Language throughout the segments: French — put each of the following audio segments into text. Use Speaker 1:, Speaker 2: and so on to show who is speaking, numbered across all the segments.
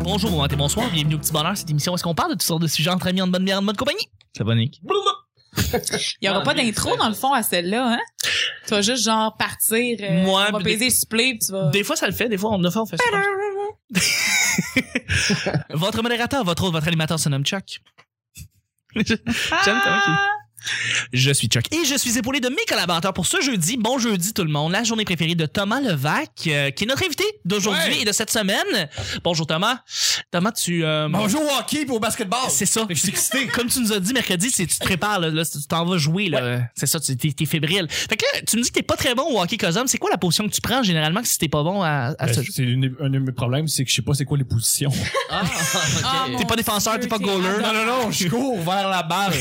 Speaker 1: Bonjour, bon matin, bonsoir, bienvenue au petit bonheur. Cette émission, où est-ce qu'on parle de toutes sortes de sujets entre amis, en bonne bière, en bonne compagnie? Ça va, Nick?
Speaker 2: Il y aura pas d'intro dans le fond à celle-là, hein? Tu vas juste genre partir, euh,
Speaker 1: Moi,
Speaker 2: tu vas
Speaker 1: pis
Speaker 2: baiser le supplé, pis tu vas...
Speaker 1: Des fois, ça le fait, des fois, on ne fait, on fait ça. votre modérateur, votre autre, votre animateur se nomme Chuck. J'aime comment
Speaker 2: Ah!
Speaker 1: qu'il- Je suis Chuck. Et je suis épaulé de mes collaborateurs pour ce jeudi. Bon jeudi, tout le monde. La journée préférée de Thomas Levac, euh, qui est notre invité d'aujourd'hui
Speaker 3: Ouais.
Speaker 1: et de cette semaine. Bonjour, Thomas. Thomas, tu. euh,
Speaker 3: Bonjour au hockey puis au
Speaker 4: Oh,
Speaker 3: basketball.
Speaker 1: C'est ça.
Speaker 3: Je suis excité.
Speaker 1: Comme tu nous as dit mercredi, c'est tu te prépares, là, là, tu t'en vas jouer, là. C'est ça, tu t'es, t'es fébrile. Fait que là, tu me dis que t'es pas très bon au hockey cosum. C'est quoi la position que tu prends généralement si t'es pas bon à, à
Speaker 4: Ben,
Speaker 1: ce jeu?
Speaker 4: c'est une- un de mes problèmes, c'est que je sais pas c'est quoi les positions.
Speaker 3: Ah,
Speaker 2: Ah,
Speaker 3: ok.
Speaker 2: mon
Speaker 1: T'es pas défenseur,
Speaker 2: Dieu,
Speaker 1: t'es pas goaler.
Speaker 2: adorable.
Speaker 4: non, non, non, Oh, je cours vers la balle.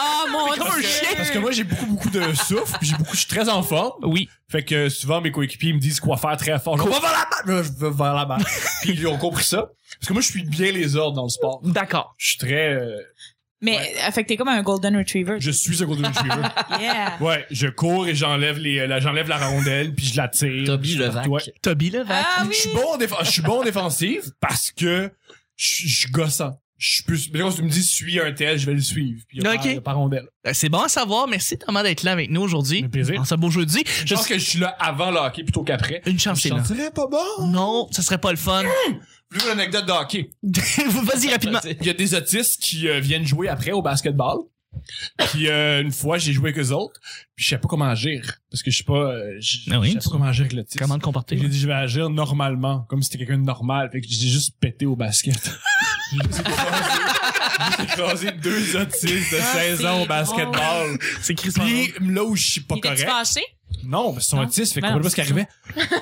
Speaker 2: Ah, mon dieu!
Speaker 1: comme un chien.
Speaker 4: Parce que moi, j'ai beaucoup, beaucoup de souffle, puis j'ai beaucoup, je suis très en forme.
Speaker 1: Oui.
Speaker 4: Fait que souvent, mes coéquipiers me disent quoi faire très fort. Je vais vers la balle! Je vais vers la balle. puis ils ont compris ça. Parce que moi, je suis bien les ordres dans le sport.
Speaker 1: D'accord.
Speaker 4: Je suis très, euh,
Speaker 2: Mais, euh, fait que t'es comme un golden retriever. Ah,
Speaker 4: je suis ce Golden Retriever.
Speaker 2: Yeah!
Speaker 4: Ouais, je cours et j'enlève les, euh, la- j'enlève la rondelle, puis je la tire.
Speaker 3: Toby
Speaker 4: Je-
Speaker 3: Levac.
Speaker 4: Ouais.
Speaker 1: Toby Levac.
Speaker 2: Ah
Speaker 4: Je suis
Speaker 2: oui!
Speaker 4: bon en défense, je suis bon en défensive parce que je je suis gossant. Je plus, mais quand tu me dis suis un tel, je vais le suivre. Puis il y a
Speaker 1: Ok.
Speaker 4: pas- il y a pas rondelle.
Speaker 1: Euh, C'est bon à savoir. Merci Thomas d'être là avec nous aujourd'hui.
Speaker 4: Un plaisir.
Speaker 1: En ce beau jeudi.
Speaker 4: Je pense que je suis là avant le hockey plutôt qu'après.
Speaker 1: Une chance,
Speaker 4: Je
Speaker 1: c'est là.
Speaker 4: sentirais pas bon.
Speaker 1: Non, ce serait pas le fun.
Speaker 4: Plus une anecdote de hockey.
Speaker 1: Vas-y rapidement.
Speaker 4: Il y a des autistes qui euh, viennent jouer après au basketball. Puis euh, une fois, j'ai joué avec eux autres. Puis je sais pas comment agir. Parce que je sais pas, euh, je
Speaker 1: Ah oui,
Speaker 4: je sais
Speaker 1: tu-
Speaker 4: pas comment agir avec l'autiste.
Speaker 1: Comment te comporter?
Speaker 4: J'ai dit, je vais agir normalement, comme si c'était quelqu'un de normal. Fait que j'ai juste pété au basket. J'ai juste écrasé- j'ai écrasé deux autistes de
Speaker 2: Ah,
Speaker 4: 16
Speaker 2: c'est
Speaker 4: ans au basketball.
Speaker 1: C'est crispant.
Speaker 4: Puis là où je suis pas
Speaker 2: Il était
Speaker 4: correct.
Speaker 2: fâché?
Speaker 4: Non, mais c'est son
Speaker 2: Non.
Speaker 4: autiste, fait qu'on
Speaker 2: Ben
Speaker 4: voit
Speaker 2: non,
Speaker 4: pas ce qui
Speaker 2: c'est
Speaker 4: arrivait.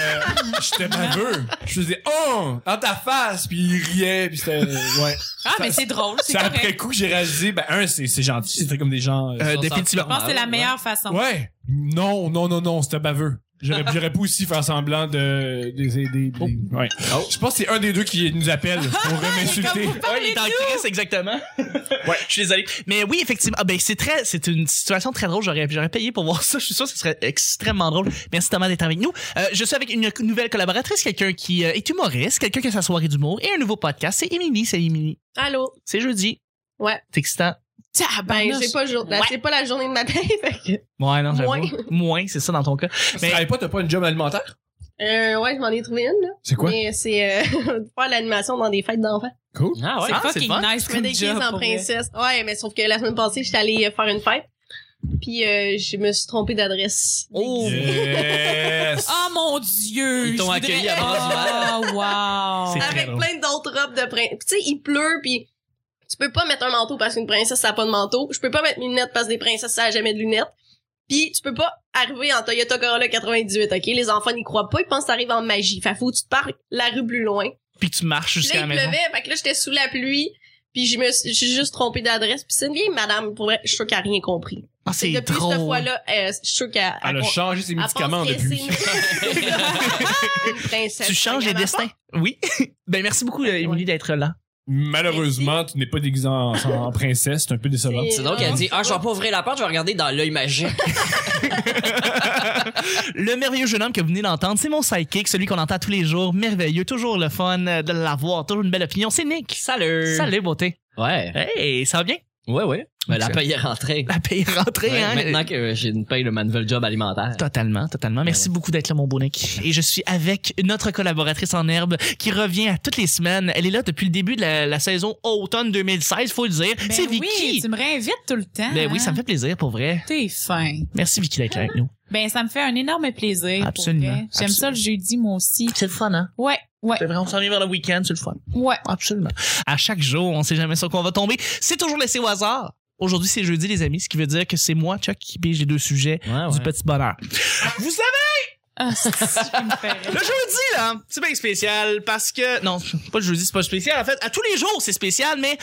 Speaker 4: Euh, J'étais nerveux. Je faisais, oh, dans ta face, puis il riait, puis c'était, ouais.
Speaker 2: Ah, mais c'est drôle, c'est
Speaker 4: C'est
Speaker 2: correct.
Speaker 4: après coup que j'ai réalisé, ben un, c'est c'est gentil, c'était comme des gens. euh,
Speaker 1: Euh,
Speaker 3: Ils sont
Speaker 1: définitivement.
Speaker 2: Je pense que c'est la meilleure façon.
Speaker 4: Ouais. Non, non, non, non, c'était baveux. J'aurais, j'aurais pas aussi faire semblant de. Des, des, des- ouais. Je pense que c'est un des deux qui nous appelle pour m'insulter.
Speaker 2: Comme vous
Speaker 1: Ouais, il
Speaker 2: parlez
Speaker 1: est en
Speaker 2: de-
Speaker 1: crise, exactement. ouais, je suis désolé. Mais oui, effectivement. Ah, ben, c'est très, c'est une situation très drôle. J'aurais, j'aurais payé pour voir ça. Je suis sûr que ce serait extrêmement drôle. Merci Thomas d'être avec nous. Euh, je suis avec une nouvelle collaboratrice, quelqu'un qui euh, est humoriste, quelqu'un qui a sa soirée d'humour et un nouveau podcast. C'est Émilie, c'est Émilie.
Speaker 5: Allô?
Speaker 1: C'est jeudi.
Speaker 5: Ouais.
Speaker 1: C'est excitant.
Speaker 5: Ben,
Speaker 2: Tabarnouche.
Speaker 5: j'ai pas le jour, la-
Speaker 1: Ah, Ouais.
Speaker 5: c'est pas la journée de matin, fait
Speaker 1: Ouais, non,
Speaker 5: j'avoue.
Speaker 1: Moins.
Speaker 5: Moins.
Speaker 1: Moins, c'est ça dans ton cas.
Speaker 4: Tu travailles pas, t'as pas une job alimentaire?
Speaker 5: que, euh, ouais, je m'en ai trouvé une, là.
Speaker 4: C'est quoi?
Speaker 5: Mais c'est, euh, de faire l'animation dans des fêtes d'enfants.
Speaker 4: Cool.
Speaker 3: Ah ouais.
Speaker 2: C'est
Speaker 1: Ah, c'est
Speaker 2: fucking
Speaker 1: le fun.
Speaker 2: nice
Speaker 5: Je me
Speaker 2: comme
Speaker 5: déguise
Speaker 2: job,
Speaker 5: en
Speaker 2: pour
Speaker 5: princesse. Ouais, mais sauf que la semaine passée, j'étais allée euh, faire une fête. Puis, euh, je me suis trompée d'adresse.
Speaker 1: Oh.
Speaker 2: vrai.
Speaker 4: Yes!
Speaker 2: Oh mon dieu!
Speaker 3: Ils
Speaker 2: je
Speaker 3: t'ont
Speaker 2: voudrais-
Speaker 3: accueilli à bras
Speaker 2: Ah, wow!
Speaker 1: C'est- très
Speaker 5: Avec
Speaker 1: drôle.
Speaker 5: plein d'autres robes de princesse. Tu sais, il pleut, puis tu peux pas mettre un manteau parce qu'une princesse, ça a pas de manteau. Je peux pas mettre mes lunettes parce que des princesses, ça a jamais de lunettes. Puis tu peux pas arriver en Toyota Corolla 98, OK? Les enfants n'y croient pas, ils pensent que t'arrives en magie. Fait faut que tu te parques la rue plus loin.
Speaker 1: Puis tu marches
Speaker 5: Puis
Speaker 1: jusqu'à
Speaker 5: là,
Speaker 1: la
Speaker 5: il
Speaker 1: maison.
Speaker 5: pleuvait, fait que là, j'étais sous la pluie. Puis je me suis je suis juste trompée d'adresse. Puis c'est une vieille madame, pour vrai, je suis sûre qu'elle a rien compris.
Speaker 1: Ah, c'est
Speaker 5: Depuis
Speaker 1: drôle.
Speaker 5: cette fois-là, euh, je suis sûre qu'elle...
Speaker 4: Elle a
Speaker 5: elle-
Speaker 4: changé ses
Speaker 5: elle pense
Speaker 4: médicaments
Speaker 5: que
Speaker 4: depuis.
Speaker 5: c'est une- une princesse.
Speaker 1: tu changes les
Speaker 5: Elle a pas
Speaker 1: destins. Oui. ben, merci beaucoup, euh, Émilie, d'être là.
Speaker 4: Malheureusement, tu n'es pas déguisé en, en princesse, c'est un peu décevant.
Speaker 5: C'est-
Speaker 3: C'est donc qu'elle dit, ah, je vais pas ouvrir la porte, je vais regarder dans l'œil magique.
Speaker 1: Le merveilleux jeune homme que vous venez d'entendre, c'est mon sidekick, celui qu'on entend tous les jours, merveilleux, toujours le fun euh, de l'avoir, toujours une belle opinion, c'est Nick.
Speaker 3: Salut!
Speaker 1: Salut, beauté.
Speaker 3: Ouais.
Speaker 1: Hey, ça va bien?
Speaker 3: Ouais, ouais. Mais la paye est rentrée.
Speaker 1: La paye est rentrée,
Speaker 3: Ouais,
Speaker 1: hein?
Speaker 3: Maintenant que euh, j'ai une paye de ma nouvelle job alimentaire.
Speaker 1: Totalement, totalement. Merci
Speaker 3: Ouais,
Speaker 1: beaucoup d'être là, mon beau Nick. Et je suis avec notre collaboratrice en herbe qui revient à toutes les semaines. Elle est là depuis le début de la, la saison automne 2016, faut le dire.
Speaker 2: Ben
Speaker 1: c'est
Speaker 2: oui,
Speaker 1: Vicky.
Speaker 2: tu me réinvites tout le temps.
Speaker 1: Ben oui, ça
Speaker 2: hein.
Speaker 1: me fait plaisir, pour vrai.
Speaker 2: T'es fin.
Speaker 1: Merci, Vicky, d'être là avec nous.
Speaker 2: Ben, ça me fait un énorme plaisir. pour
Speaker 1: Absolument.
Speaker 2: vrai. J'aime ça le jeudi, moi aussi.
Speaker 1: C'est le fun, hein?
Speaker 2: Ouais, ouais,
Speaker 1: C'est vrai, on s'en vient vers le week-end, c'est le fun.
Speaker 2: ouais.
Speaker 1: Absolument. À chaque jour, on sait jamais sur quoi on va tomber. C'est toujours laissé au hasard. Aujourd'hui, c'est jeudi, les amis, ce qui veut dire que c'est moi, Chuck, qui pige les deux sujets
Speaker 3: Ouais, ouais.
Speaker 1: du petit bonheur. Vous savez
Speaker 2: Ah, c'est ce qui me fait rire.
Speaker 1: Le jeudi, là, c'est bien spécial parce que. Non, pas le jeudi, c'est pas spécial. En fait, à tous les jours, c'est spécial, mais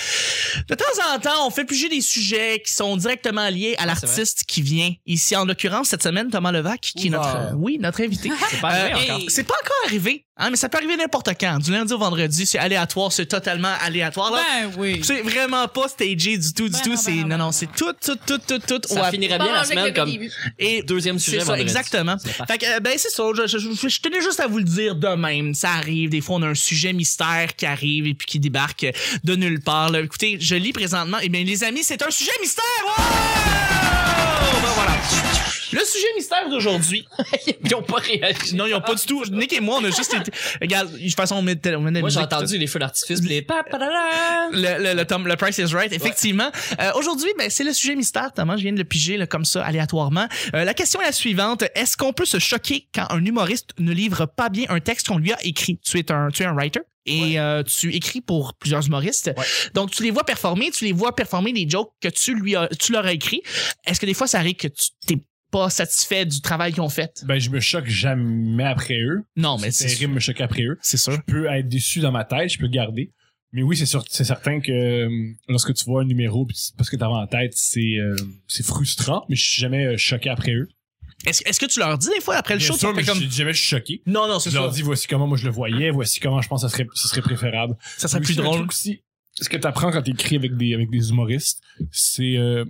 Speaker 1: de temps en temps, on fait piger des sujets qui sont directement liés à
Speaker 3: c'est
Speaker 1: l'artiste qui vient ici. En l'occurrence, cette semaine, Thomas Levac, qui est notre.
Speaker 3: Wow.
Speaker 1: euh, oui, notre invité.
Speaker 3: C'est pas
Speaker 1: Euh,
Speaker 3: arrivé
Speaker 1: hey,
Speaker 3: encore.
Speaker 1: C'est pas encore arrivé, hein, mais ça peut arriver n'importe quand. Du lundi au vendredi, c'est aléatoire, c'est totalement aléatoire. là.
Speaker 2: Ben oui.
Speaker 1: C'est vraiment pas stagé du tout, du
Speaker 2: Ben
Speaker 1: tout.
Speaker 2: non,
Speaker 1: C'est
Speaker 2: ben non,
Speaker 1: non,
Speaker 2: ben
Speaker 1: non,
Speaker 2: non.
Speaker 1: c'est tout, tout, tout, tout, tout.
Speaker 3: Ça
Speaker 1: au-
Speaker 3: finirait
Speaker 5: Pas
Speaker 3: bien la
Speaker 5: manger
Speaker 3: semaine
Speaker 5: avec le
Speaker 3: comme
Speaker 5: début.
Speaker 1: Et
Speaker 3: deuxième sujet.
Speaker 1: c'est ça,
Speaker 3: vendredi.
Speaker 1: exactement.
Speaker 3: C'est parfait.
Speaker 1: Fait que, euh, ben, c'est ça. Je, je- je- je tenais juste à vous le dire de même. Ça arrive. Des fois, on a un sujet mystère qui arrive et puis qui débarque euh, de nulle part. là. Écoutez, je lis présentement. Eh bien, les amis, c'est un sujet mystère! Wow! Ben, voilà. Le sujet mystère d'aujourd'hui.
Speaker 3: Ils ont pas réagi.
Speaker 1: Non, ils n'ont pas du tout. Nick et moi, on a juste été. Regarde, de toute façon, on met, on met de la
Speaker 3: Moi, j'ai
Speaker 1: musique, tout
Speaker 3: entendu les feux d'artifice, pis les papadala.
Speaker 1: le, le, le, Tom- le Price is Right, effectivement. Euh, Aujourd'hui, ben, c'est le sujet mystère, Thomas. Je viens de le piger là, comme ça, aléatoirement. Euh, la question est la suivante. Est-ce qu'on peut se choquer quand un humoriste ne livre pas bien un texte qu'on lui a écrit? Tu es un, tu es un writer. Et euh, tu écris pour plusieurs humoristes. Donc, tu les vois performer, tu les vois performer des jokes que tu lui as, tu leur as écrit. Est-ce que des fois, ça arrive que tu t'es pas satisfait du travail qu'ils ont fait?
Speaker 4: Ben, je me choque jamais après eux.
Speaker 1: Non, mais
Speaker 4: C'est
Speaker 1: c'est
Speaker 4: terrible de me choquer après eux.
Speaker 1: c'est sûr.
Speaker 4: Je peux être déçu dans ma tête, je peux le garder. Mais oui, c'est sûr, c'est certain que euh, lorsque tu vois un numéro pis c'est pas ce que t'avais en tête, c'est euh, c'est frustrant, mais je suis jamais euh, choqué après eux.
Speaker 1: Est-ce est-ce que tu leur dis des fois après le
Speaker 4: Bien
Speaker 1: show?
Speaker 4: sûr,
Speaker 1: tu
Speaker 4: mais
Speaker 1: fais comme-
Speaker 4: je- jamais je suis choqué.
Speaker 1: Non, non, c'est
Speaker 4: Je leur
Speaker 1: ça.
Speaker 4: dis voici comment moi je le voyais, voici comment je pense que ça serait, ça serait préférable.
Speaker 1: Ça serait
Speaker 4: Mais
Speaker 1: plus
Speaker 4: aussi, un
Speaker 1: drôle.
Speaker 4: truc aussi, ce que t'apprends quand t'écris avec des, avec des humoristes, c'est, euh,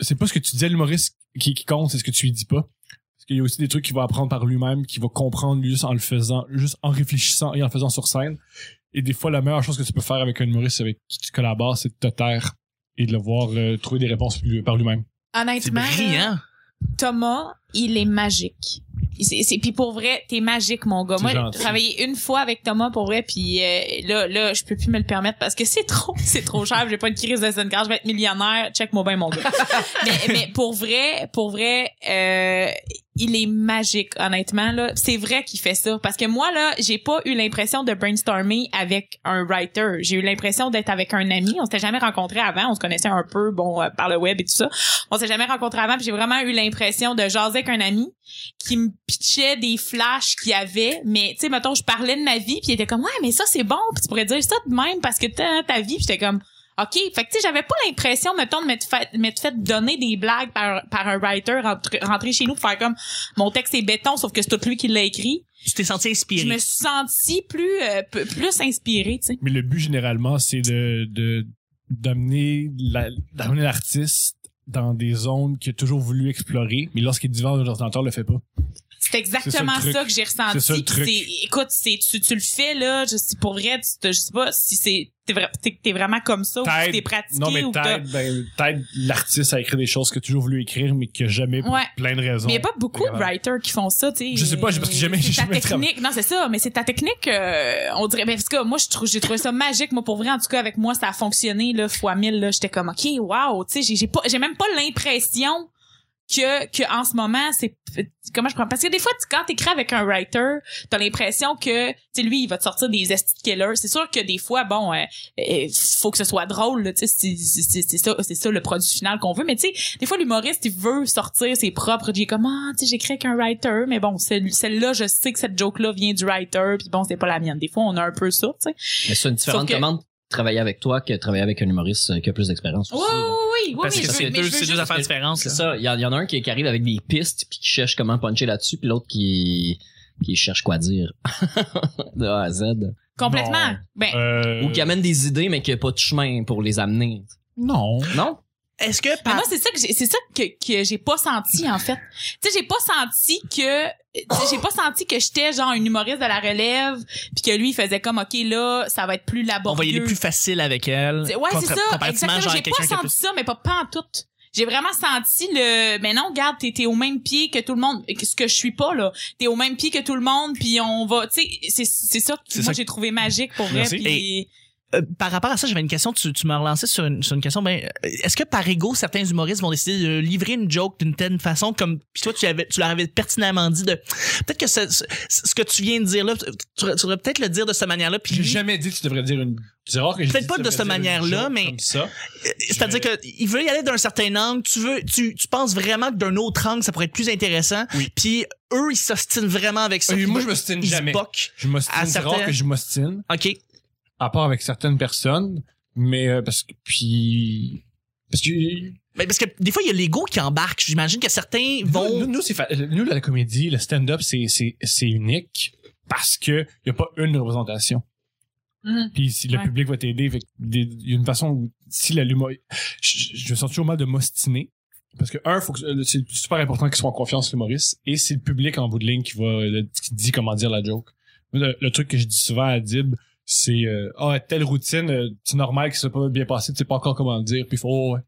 Speaker 4: c'est pas ce que tu dis à l'humoriste qui, qui compte, c'est ce que tu lui dis pas. Parce qu'il y a aussi des trucs qu'il va apprendre par lui-même, qu'il va comprendre juste en le faisant, juste en réfléchissant et en le faisant sur scène. Et des fois, la meilleure chose que tu peux faire avec un humoriste avec qui tu collabores, c'est de te taire et de le voir euh, trouver des réponses plus- par lui-même.
Speaker 1: C'est hein?
Speaker 2: Honnêtement,
Speaker 1: brillant.
Speaker 2: Thomas, il est magique. C'est, c'est- puis pour vrai, t'es magique, mon gars.
Speaker 4: C'est
Speaker 2: Moi,
Speaker 4: gentil.
Speaker 2: j'ai travaillé une fois avec Thomas pour vrai, puis euh, là, là, je peux plus me le permettre parce que c'est trop, c'est trop cher. J'ai pas une crise de scène quand je vais être millionnaire. Check moi bien, mon gars. mais, mais pour vrai, pour vrai, euh, il est magique, honnêtement là. C'est vrai qu'il fait ça parce que moi là, j'ai pas eu l'impression de brainstormer avec un writer. J'ai eu l'impression d'être avec un ami. On s'était jamais rencontrés avant. On se connaissait un peu, bon, euh, par le web et tout ça on s'est jamais rencontrés avant, puis j'ai vraiment eu l'impression de jaser avec un ami qui me pitchait des flashs qu'il y avait, mais tu sais mettons je parlais de ma vie, puis il était comme "Ouais, mais ça c'est bon, puis tu pourrais dire ça de même parce que t'as ta vie." Puis j'étais comme OK, fait que tu sais j'avais pas l'impression mettons de m'être fait m'être fait donner des blagues par par un writer rentre- rentrer chez nous pour faire comme mon texte est béton sauf que c'est tout lui qui l'a écrit.
Speaker 1: Tu t'es senti inspiré.
Speaker 2: Je me suis sentie plus euh, p- plus inspirée, tu sais.
Speaker 4: Mais le but généralement, c'est de de- d'amener la- d'amener l'artiste dans des zones qu'il a toujours voulu explorer, mais lorsqu'il est devant un ordinateur, le fait pas.
Speaker 2: C'est exactement
Speaker 4: C'est ça le
Speaker 2: ça,
Speaker 4: truc.
Speaker 2: que j'ai
Speaker 4: C'est
Speaker 2: ressenti.
Speaker 4: ça le
Speaker 2: Puis
Speaker 4: truc.
Speaker 2: c'est- écoute, c'est tu, tu le fais là, je sais pour vrai, tu te- je sais pas si c'est t'es vra- t'es- t'es vraiment comme ça ou si
Speaker 4: T'aides-
Speaker 2: t'es pratiqué
Speaker 4: Non, mais
Speaker 2: ou que t'as-
Speaker 4: t'aides ben, t'aides l'artiste à écrire des choses qu'il a toujours voulu écrire, mais qu'il a jamais pour
Speaker 2: Ouais.
Speaker 4: plein de raisons.
Speaker 2: Mais il y a pas beaucoup de
Speaker 4: Regarde.
Speaker 2: writers qui font ça, tu sais.
Speaker 4: Je sais pas, j'ai- parce que jamais- j'ai
Speaker 2: C'est ta
Speaker 4: jamais travaillé.
Speaker 2: technique. Non, c'est ça, mais c'est ta technique, euh, on dirait, ben, parce que moi, je trouve, j'ai trouvé ça magique, moi, pour vrai, en tout cas, avec moi, ça a fonctionné, là, fois mille, là, j'étais comme, OK, wow, tu sais, j'ai- j'ai pas, j'ai même pas l'impression que, que, en ce moment, c'est, comment je prends, parce que des fois, tu- quand t'écris avec un writer, t'as l'impression que, tu sais, lui, il va te sortir des esti de killers. C'est sûr que des fois, bon, euh, euh, faut que ce soit drôle, là, tu sais, c'est- c'est c'est- c'est ça, c'est ça le produit final qu'on veut, mais tu sais, des fois l'humoriste il veut sortir ses propres j'ai comme ah tu sais j'écris avec un writer mais bon celle- celle-là je sais que cette joke là vient du writer puis bon c'est pas la mienne des fois on a un peu ça tu sais
Speaker 3: Mais c'est une différente
Speaker 2: Sauf que-
Speaker 3: commande travailler avec toi que travailler avec un humoriste euh, qui a plus d'expérience. aussi, là.
Speaker 2: oui
Speaker 1: Parce que
Speaker 3: mais
Speaker 1: c'est
Speaker 3: je-
Speaker 1: deux, c'est deux affaires différentes.
Speaker 3: C'est
Speaker 1: là.
Speaker 3: ça. Il y, en- il y en a un qui, qui arrive avec des pistes puis qui cherche comment puncher là-dessus, puis l'autre qui qui cherche quoi dire de A à Z.
Speaker 2: complètement
Speaker 4: Non.
Speaker 2: ben
Speaker 4: Euh,
Speaker 3: Ou qui amène des idées mais qui a pas de chemin pour les amener.
Speaker 4: Non.
Speaker 3: Non?
Speaker 1: Est-ce que
Speaker 2: Mais
Speaker 1: par...
Speaker 2: moi, c'est ça que j'ai, c'est ça que, que j'ai pas senti, en fait. Tu sais, j'ai pas senti que, tu sais, j'ai pas senti que j'étais genre une humoriste de la relève puis que lui, il faisait comme, OK, là, ça va être plus laborieux.
Speaker 1: on va y aller plus facile avec elle?
Speaker 2: C'est- Ouais, c'est
Speaker 1: contra-
Speaker 2: ça.
Speaker 1: comparativement,
Speaker 2: Exactement.
Speaker 1: genre,
Speaker 2: J'ai
Speaker 1: quelqu'un
Speaker 2: pas
Speaker 1: qui a
Speaker 2: senti
Speaker 1: plus-
Speaker 2: ça, mais pas, pas en tout. J'ai vraiment senti le, mais non, regarde, t'es t'es au même pied que tout le monde. Ce que je suis pas, là. T'es au même pied que tout le monde, puis on va, tu sais, c'est- c'est ça que
Speaker 1: C'est ça.
Speaker 2: moi j'ai trouvé magique pour vrai.
Speaker 1: Merci.
Speaker 2: puis-
Speaker 1: euh, par rapport à ça, j'avais une question. Tu, tu m'as relancé sur une, sur une question. Ben, euh, est-ce que par ego, certains humoristes vont décider de livrer une joke d'une telle façon comme puis toi, tu avais, tu leur avais pertinemment dit de peut-être que ce, ce, ce que tu viens de dire là, tu, tu devrais peut-être le dire de cette manière-là. Puis
Speaker 4: J'ai
Speaker 1: lui,
Speaker 4: jamais dit que tu devrais dire une. C'est rare que je
Speaker 1: Peut-être
Speaker 4: dise
Speaker 1: pas
Speaker 4: que tu
Speaker 1: de cette
Speaker 4: devrais dire une
Speaker 1: manière-là,
Speaker 4: joke
Speaker 1: mais-
Speaker 4: Comme ça.
Speaker 1: euh, c'est-à-dire que il veut y aller d'un certain angle. Tu veux, tu, tu penses vraiment que d'un autre angle, ça pourrait être plus intéressant.
Speaker 4: Oui.
Speaker 1: Puis eux, ils s'ostinent vraiment avec ça.
Speaker 4: Euh,
Speaker 1: Puis
Speaker 4: moi,
Speaker 1: ils-
Speaker 4: je m'ostine
Speaker 1: ils se
Speaker 4: jamais.
Speaker 1: boquent.
Speaker 4: Je m'ostine.
Speaker 1: À
Speaker 4: C'est rare
Speaker 1: certains-
Speaker 4: que je m'ostine.
Speaker 1: Ok.
Speaker 4: à part avec certaines personnes, mais euh, parce que puis parce que
Speaker 1: Ben, parce que des fois, il y a l'ego qui embarque. J'imagine que certains
Speaker 4: nous,
Speaker 1: vont.
Speaker 4: nous, c'est fa- nous la comédie, le stand-up c'est c'est c'est unique parce que y a pas une représentation.
Speaker 2: Mhm.
Speaker 4: Puis si le
Speaker 2: Ouais.
Speaker 4: public va t'aider, fait que des- il y a une façon où si la l'humour, je, je me sens toujours mal de m'ostiner. Parce que, un, faut que, euh, c'est super important qu'il soit en confiance, l'humoriste, et c'est le public en bout de ligne qui va, le- qui dit comment dire la joke. Moi, Le, le truc que je dis souvent à Dib, c'est, euh, ah, telle routine, euh, c'est normal que ça soit pas bien passé, tu sais pas encore comment le dire, puis il faut, oh, ouais.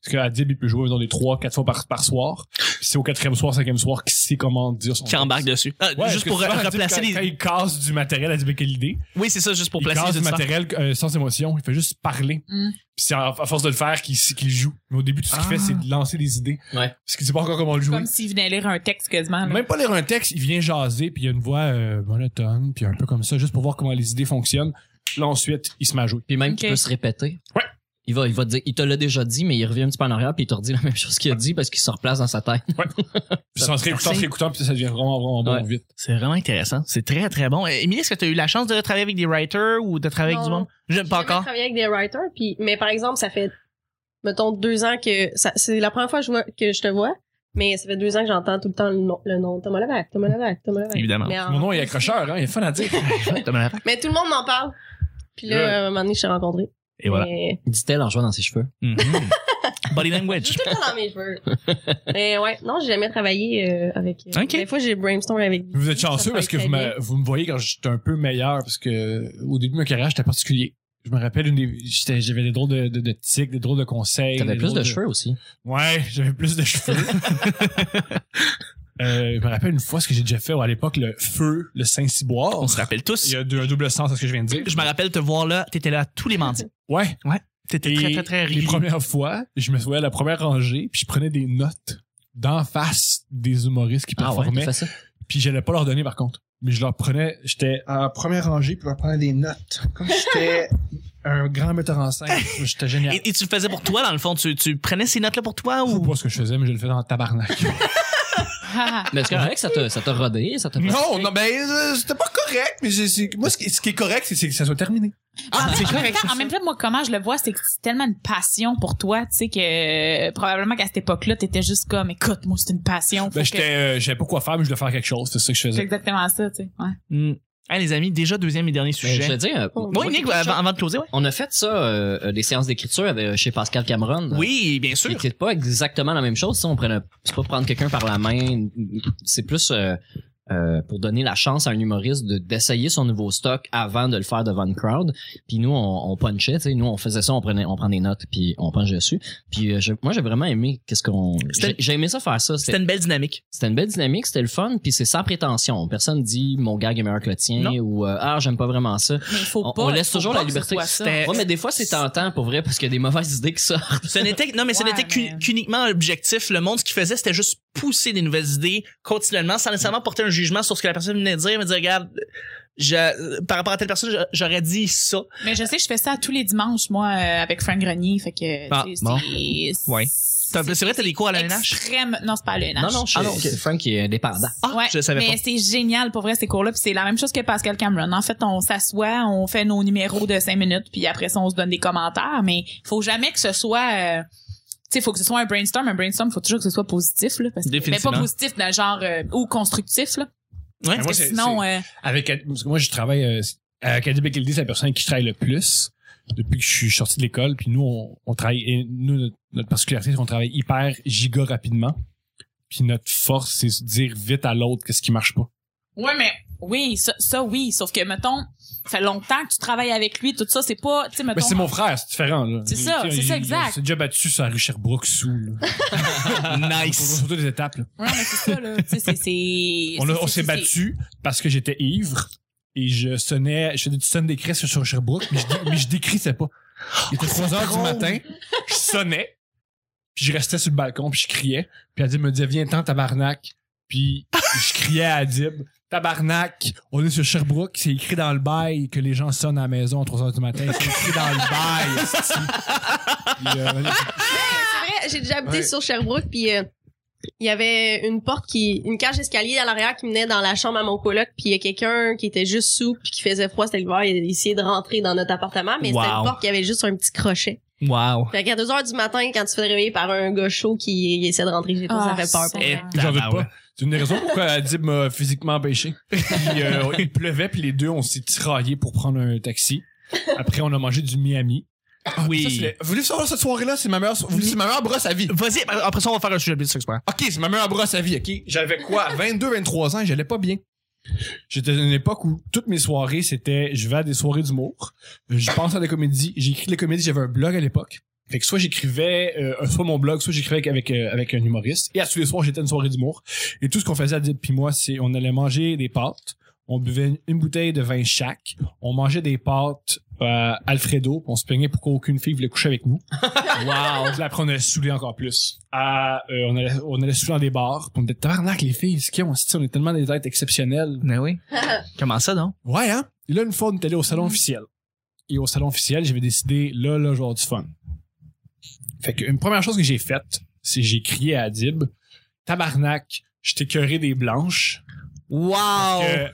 Speaker 4: Parce qu'à Dib, il peut jouer dans les trois, quatre fois par, par soir. Puis c'est au quatrième soir, cinquième soir qu'il sait comment dire son
Speaker 1: qui embarquent dessus. Ah,
Speaker 4: Ouais, parce
Speaker 1: juste
Speaker 4: que
Speaker 1: pour
Speaker 4: souvent, Adib,
Speaker 1: replacer
Speaker 4: quand,
Speaker 1: les.
Speaker 4: quand il casse du matériel à Dib et quelle idée,
Speaker 1: Oui, c'est ça, juste pour
Speaker 4: il
Speaker 1: placer
Speaker 4: casse
Speaker 1: les
Speaker 4: du matériel euh, sans émotion, il fait juste parler.
Speaker 2: Mm.
Speaker 4: Puis c'est à, à force de le faire qu'il qu'il joue. Mais au début, tout ce qu'il
Speaker 1: Ah.
Speaker 4: fait, c'est de lancer des idées.
Speaker 3: Ouais.
Speaker 4: Parce qu'il sait pas encore comment le jouer.
Speaker 2: Comme s'il venait lire un texte quasiment. là.
Speaker 4: Même pas lire un texte, il vient jaser, puis il y a une voix euh, monotone, puis un peu comme ça, juste pour voir comment les idées fonctionnent. Là, ensuite, il se met à jouer.
Speaker 3: Puis même qu'il
Speaker 2: Ok.
Speaker 3: peut se répéter.
Speaker 4: Ouais.
Speaker 3: Il va, il va te dire, il te l'a déjà dit, mais il revient un petit peu en arrière puis il te redit la même chose qu'il a dit parce qu'il se replace dans sa tête.
Speaker 4: Puis sans se réécoutant,
Speaker 1: Merci.
Speaker 4: se réécoutant, puis ça devient vraiment, vraiment bon
Speaker 3: Ouais.
Speaker 4: vite.
Speaker 1: C'est vraiment intéressant. C'est très, très bon. Euh, Émilie, est-ce que tu as eu la chance de travailler avec des writers ou de travailler avec du
Speaker 5: Non.
Speaker 1: monde? Je
Speaker 5: J'ai
Speaker 1: pas
Speaker 5: jamais
Speaker 1: encore.
Speaker 5: travaillé avec des writers, puis mais par exemple, ça fait mettons deux ans que ça- c'est la première fois que je, vois- que je te vois, mais ça fait deux ans que j'entends tout le temps le nom, le nom de Thomas Levac, Thomas Levac, Thomas Levac.
Speaker 1: Évidemment.
Speaker 5: Mais,
Speaker 2: Ah,
Speaker 5: en-
Speaker 4: Mon nom est accrocheur, hein, il est fun à dire.
Speaker 5: mais tout le monde m'en parle. Puis là,
Speaker 4: Ouais.
Speaker 5: à un moment donné, je t'ai rencontré.
Speaker 1: Et voilà.
Speaker 5: Mais-
Speaker 3: Dit-elle en jouant dans ses cheveux.
Speaker 1: Mhm. Body language.
Speaker 5: J'ai tout le temps dans mes cheveux. mais ouais, non, j'ai jamais travaillé euh, avec. euh,
Speaker 1: Ok.
Speaker 5: Des fois, j'ai brainstorm avec.
Speaker 4: Vous êtes chanceux
Speaker 5: Ça
Speaker 4: parce que
Speaker 5: paraît
Speaker 4: vous,
Speaker 5: très
Speaker 4: me- vous me voyez quand j'étais un peu meilleur parce que euh, au début de ma carrière, j'étais particulier. Je me rappelle, une des- j'étais- j'avais des drôles de, de, de tics, des drôles de conseils.
Speaker 3: T'avais
Speaker 4: des
Speaker 3: plus
Speaker 4: drôles
Speaker 3: de cheveux aussi.
Speaker 4: Ouais, j'avais plus de cheveux. Euh, je me rappelle une fois ce que j'ai déjà fait ou à l'époque, le feu, le Saint-Cyboire.
Speaker 1: On se rappelle
Speaker 4: Il
Speaker 1: tous.
Speaker 4: y a deux- un double sens à ce que je viens de dire.
Speaker 1: Je me rappelle te voir là. T'étais là tous les mardis.
Speaker 4: Ouais.
Speaker 1: T'étais
Speaker 4: Et
Speaker 1: très, très, très
Speaker 4: Les
Speaker 1: régulier.
Speaker 4: premières fois, je me souviens à la première rangée, puis je prenais des notes d'en face des humoristes qui
Speaker 3: Ah ouais, t'as
Speaker 4: performaient,
Speaker 3: fait ça.
Speaker 4: puis je n'allais pas leur donner par contre. Mais je leur prenais, j'étais en première rangée, puis je leur prenais des notes. Comme j'étais un grand metteur en scène, j'étais génial.
Speaker 1: Et, et tu le faisais pour toi, dans le fond. Tu, tu prenais ces notes-là pour toi
Speaker 4: Je sais
Speaker 1: ou.
Speaker 4: pas ce que je faisais, mais je le faisais en tabarnak.
Speaker 2: Ah, ah.
Speaker 3: Mais c'est correct, ça t'a, ça t'a rodé, ça t'a
Speaker 4: Non, non, mais euh, c'était pas correct. Mais c'est- c'est- moi, ce qui, ce qui est correct, c'est c'est que ça soit terminé. Ah,
Speaker 1: Ah,
Speaker 2: En même temps- En même temps, moi, comment je le vois, c'est que c'est tellement une passion pour toi, tu sais, que euh, probablement qu'à cette époque-là, t'étais juste comme, écoute, moi, c'est une passion. faut
Speaker 4: Ben,
Speaker 2: que-
Speaker 4: j'étais, euh, je savais pas quoi faire, mais je devais faire quelque chose. C'est ça que je
Speaker 2: C'est
Speaker 4: faisais.
Speaker 2: exactement ça, tu sais. Ouais.
Speaker 1: Hmm. Hein, les amis, déjà deuxième et
Speaker 4: Ben,
Speaker 1: dernier
Speaker 3: Mais je
Speaker 1: sujet.
Speaker 3: veux dire,
Speaker 5: Oh,
Speaker 1: Bon, Nick, avant, avant de closer, ouais.
Speaker 3: on a fait ça, euh, euh, des séances d'écriture avec, chez Pascal Cameron.
Speaker 1: Oui, bien
Speaker 3: Et
Speaker 1: sûr.
Speaker 3: C'est pas exactement la même chose. Si on prenait, c'est pas prendre quelqu'un par la main. C'est plus euh, euh, pour donner la chance à un humoriste de d'essayer son nouveau stock avant de le faire devant une crowd. Puis nous, on, on punchait. tu sais, Nous, on faisait ça, on prenait, on prend des notes, puis on punch dessus. Puis euh, je- moi, j'ai vraiment aimé. Qu'est-ce qu'on
Speaker 1: C'était-
Speaker 3: j'ai- J'ai aimé ça faire ça. C'était-
Speaker 1: C'était une belle dynamique.
Speaker 3: c'était une belle dynamique, c'était le fun, puis c'est sans prétention. Personne dit mon gag est meilleur que le tien
Speaker 1: Non.
Speaker 3: ou euh, ah j'aime pas vraiment ça.
Speaker 2: Mais il faut
Speaker 3: On-
Speaker 2: pas.
Speaker 3: on laisse
Speaker 2: faut
Speaker 3: toujours
Speaker 2: pas
Speaker 3: la
Speaker 2: que ce
Speaker 3: liberté.
Speaker 2: soit ça.
Speaker 1: C'était-
Speaker 3: Ouais, mais des fois c'est tentant pour vrai parce qu'il y a des mauvaises idées qui sortent.
Speaker 1: Ce n'était non mais ce
Speaker 2: Ouais,
Speaker 1: n'était qu'u-
Speaker 2: mais-
Speaker 1: qu'uniquement objectif. Le monde ce qu'il faisait c'était juste pousser des nouvelles idées continuellement sans nécessairement porter un jugement sur ce que la personne venait de dire, mais dire regarde je, par rapport à telle personne, je- j'aurais dit ça.
Speaker 2: Mais je sais que je fais ça tous les dimanches, moi, euh, avec Frank Grenier. Fait que,
Speaker 1: Ah,
Speaker 2: tu sais,
Speaker 1: bon.
Speaker 2: c'est.
Speaker 1: Ouais. T'as- C'est vrai, t'as des cours à l'ANH?
Speaker 2: Extrême. Non, c'est pas à l'ENH.
Speaker 3: Non non, je-
Speaker 1: Ah non, ok.
Speaker 3: c'est Frank qui est indépendant.
Speaker 1: Ah,
Speaker 2: ouais,
Speaker 1: je le savais
Speaker 2: mais
Speaker 1: pas.
Speaker 2: c'est génial pour vrai ces cours-là, puis c'est la même chose que Pascal Cameron. En fait, on s'assoit, on fait nos numéros de cinq minutes, puis après ça on se donne des commentaires, mais faut jamais que ce soit euh, tu sais, faut que ce soit un brainstorm, un brainstorm, faut toujours que ce soit positif là parce que mais
Speaker 1: Définitivement.
Speaker 2: pas positif dans le genre euh, ou constructif là.
Speaker 1: Ouais.
Speaker 4: Mais
Speaker 2: Parce
Speaker 4: moi,
Speaker 2: que
Speaker 4: c'est-
Speaker 2: sinon euh,
Speaker 4: Avec, parce que moi, je travaille euh, à Acadie Becqueldi, c'est la personne avec qui je travaille le plus depuis que je suis sorti de l'école. Puis nous, on, on travaille, et nous, notre, notre particularité, c'est qu'on travaille hyper giga rapidement. Puis notre force, c'est de dire vite à l'autre qu'est-ce qui marche pas.
Speaker 2: ouais mais oui, ça, ça, oui, sauf que mettons, ça fait longtemps que tu travailles avec lui, tout ça, c'est pas tu sais
Speaker 4: Mais
Speaker 2: mettons
Speaker 4: c'est mon frère, c'est différent. là.
Speaker 2: C'est ça,
Speaker 4: Il-
Speaker 2: c'est ça,
Speaker 4: il-
Speaker 2: exact.
Speaker 4: Il s'est déjà battu sur la rue Sherbrooke sous. là.
Speaker 1: nice.
Speaker 4: Surtout des étapes. là.
Speaker 2: Ouais, mais c'est ça là, tu sais c'est c'est
Speaker 4: On, a-
Speaker 2: c'est-
Speaker 4: on s'est
Speaker 2: c'est- c'est-
Speaker 4: battu parce que j'étais ivre et je sonnais, je faisais du sonne des crèches sur Sherbrooke, mais je, dé- mais je décrissais pas. Il
Speaker 2: Oh,
Speaker 4: était 3 heures du matin, je sonnais, puis je restais sur le balcon, puis je criais, puis Adib me disait, viens-t'en, tabarnak, puis je criais à Adib, tabarnak, on est sur Sherbrooke, c'est écrit dans le bail que les gens sonnent à la maison à 3 heures du matin, c'est écrit dans le bail, esti. Puis, euh,
Speaker 5: C'est vrai, j'ai déjà habité
Speaker 4: Ouais.
Speaker 5: sur Sherbrooke, puis euh, il y avait une porte qui, une cage d'escalier à l'arrière qui menait dans la chambre à mon coloc, puis il y a quelqu'un qui était juste sous, puis qui faisait froid, c'était l'hiver, il essayait de rentrer dans notre appartement, mais c'était
Speaker 1: Wow.
Speaker 5: une porte qui avait juste un petit crochet.
Speaker 1: Wow.
Speaker 5: Fait qu'à 2 heures du matin, quand tu te fais réveiller par un gars chaud qui il essaie de rentrer chez toi,
Speaker 2: Ah,
Speaker 5: ça fait peur. pour
Speaker 2: c'est-
Speaker 5: moi.
Speaker 1: Et
Speaker 4: J'en veux
Speaker 1: tabarouette.
Speaker 4: pas. C'est une des raisons pourquoi Adib m'a physiquement empêché. Puis, euh, il pleuvait, puis les deux, on s'est tiraillés pour prendre un taxi. Après, on a mangé du Miami. Ah, Ça, c'est
Speaker 1: Ah, Oui.
Speaker 4: le- Vous voulez savoir cette soirée-là? C'est ma meilleure, so- vous voulez- c'est ma meilleure brosse à vie.
Speaker 1: Vas-y, après ça, on va faire un sujet de sexe, quoi.
Speaker 4: OK, c'est ma meilleure brosse à vie, OK? J'avais quoi? 22, 23 ans, j'allais pas bien. J'étais dans une époque où toutes mes soirées, c'était je vais à des soirées d'humour, je pense à des comédies, j'écris les comédies, j'avais un blog à l'époque. Fait que soit j'écrivais euh, soit mon blog, soit j'écrivais avec avec, euh, avec un humoriste. Et à tous les soirs, j'étais à une soirée d'humour. Et tout ce qu'on faisait à Dip puis moi, c'est on allait manger des pâtes, on buvait une, une bouteille de vin chaque, on mangeait des pâtes euh, Alfredo, puis on se plaignait pourquoi aucune fille voulait coucher avec nous. wow! Puis après, on allait se saouler encore plus. À, euh, on allait on allait se saouler dans des bars, puis on était tabarnak les filles, ce qu'ils ont, c'est-tu, on est tellement des êtres exceptionnels.
Speaker 1: Ben oui. Comment ça, donc?
Speaker 4: Ouais, hein? Et là, une fois, on est allé au salon officiel. Et au salon officiel, j'avais décidé, là, là, je vais avoir du fun. Fait que une première chose que j'ai faite, c'est j'ai crié à Adib, tabarnak, je t'ai curé des blanches.
Speaker 1: Wow!
Speaker 4: Que